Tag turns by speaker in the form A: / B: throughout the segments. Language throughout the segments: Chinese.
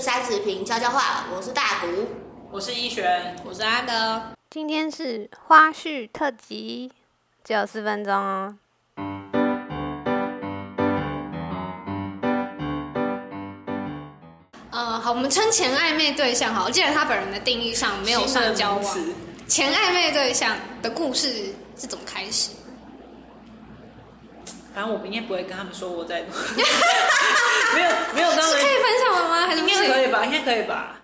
A: 开持平悄悄话，我是大谷，
B: 我是依璇，
C: 我是安德。
D: 今天是花絮特辑，只有四分钟哦。
C: 呃，好，我们称前暧昧对象好，既然他本人的定义上没有算交往，
B: 新的名词
C: 前暧昧对象的故事是怎么开始？
B: 反正我们应该不会跟他们说我 在，没有没有当
C: 是可以
B: 然
C: 分享的吗？还是
B: 应
C: 不
B: 该可
C: 行？
B: 以吧，应该可以吧。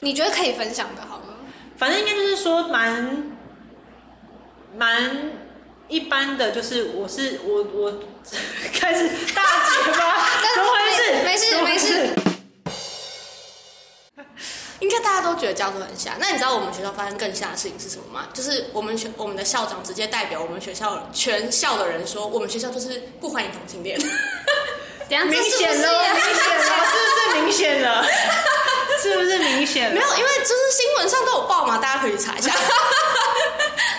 C: 你觉得可以分享的好吗？
B: 反正应该就是说蛮蛮一般的，就是我是我我开始大结巴， 怎么回事？
C: 没事
B: 怎么回事
C: 没事。
A: 应该大家都觉得教授很瞎。那你知道我们学校发生更瞎的事情是什么吗？就是我们学我们的校长直接代表我们学校全校的人说，我们学校就是不欢迎同性恋。
C: 等一下
B: 明
C: 这是不
B: 显
C: 是
B: 了，
C: 也
B: 明显了，是不是明显 了？是不是明显
A: 没
B: 了？
A: 有，因为就是新闻上都有报嘛，大家可以查一下。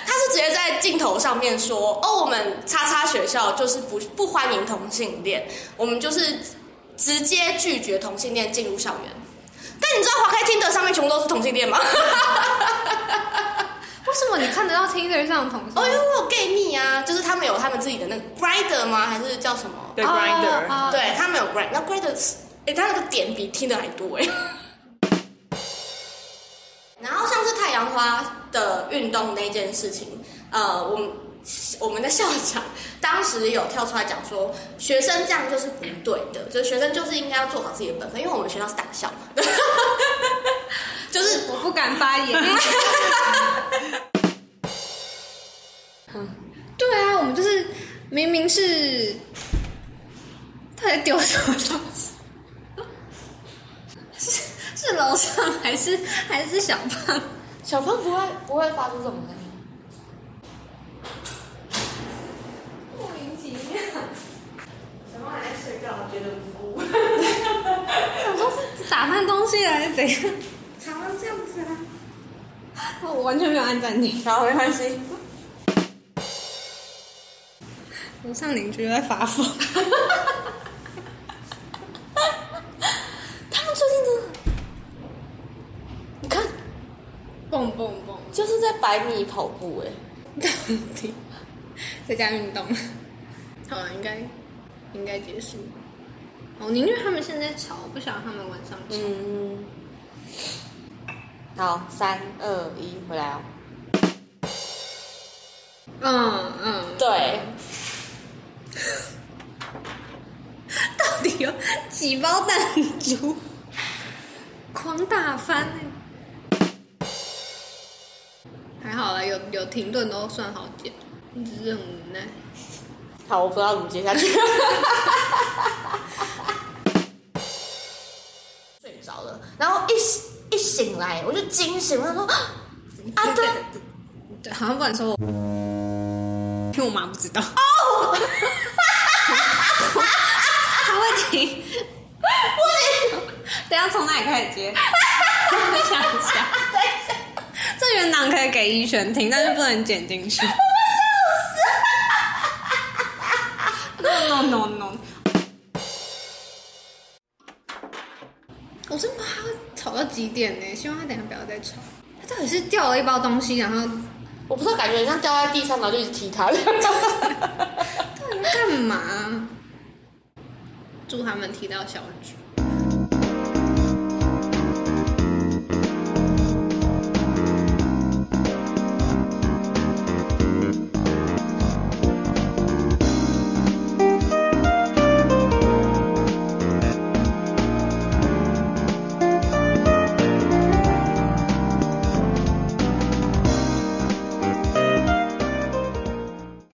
A: 他是直接在镜头上面说：“哦，我们叉叉学校就是不不欢迎同性恋，我们就是直接拒绝同性恋进入校园。”但你知道华开听的上面全部都是同性恋吗？
C: 为什么你看得到 Tinder 上的同事？
A: 哦，因为我有 gay 蜜啊，就是他们有他们自己的那个 Grinder 吗？还是叫什么？
B: 对
C: 哦
B: grinder，、
C: 哦
A: 对他们有 Grind，那 Grinder，哎，他那个点比听的还多哎。 然后像是太阳花的运动那件事情，呃，我们我们的校长当时有跳出来讲说，学生这样就是不对的，就是学生就是应该要做好自己的本分，因为我们学校是大校嘛，就是
C: 我不敢发言。 对啊，我们就是明明是，他在丢什么东西？是是楼上还是还是小胖？
A: 小胖不会不会发出这种声音。
C: 莫名其妙，
A: 小胖还在睡觉，觉得
C: 哦
A: 无辜。
C: 想说是打翻东西了还是怎样？
A: 常常这样子啊。
C: 我完全没有按暂停。
A: 好，没关系。
C: 楼上邻居在发疯。
A: 他们最近真的很，你看，
C: 蹦蹦蹦，
A: 就是在百米跑步哎、
C: 到底在家运动？好了，应该应该结束。哦，宁愿他们现在吵，我不想他们晚上吵。
A: 嗯，好，三二一，回来哦。
C: 嗯嗯，
A: 对，
C: 到底有几包弹珠？狂打翻欸还好啦，有有停顿都算好点，只是很无奈。
A: 好，我不知道怎么接下去。 睡着了，然后一醒一醒来，我就惊醒，我想说啊，啊对，
C: 对，好像不敢说我，因为我妈不知道。哦，她会听，不行。等一下从哪里开始接？我想一下，这原档可以给依璇听，但是不能剪进 去。No no no no！我真不知道他会吵到几点呢、希望他等一下不要再吵。他到底是掉了一包东西，然后
A: 我不知道，感觉很像掉在地上，然后就一直踢他。
C: 干嘛？祝他们提到小菊。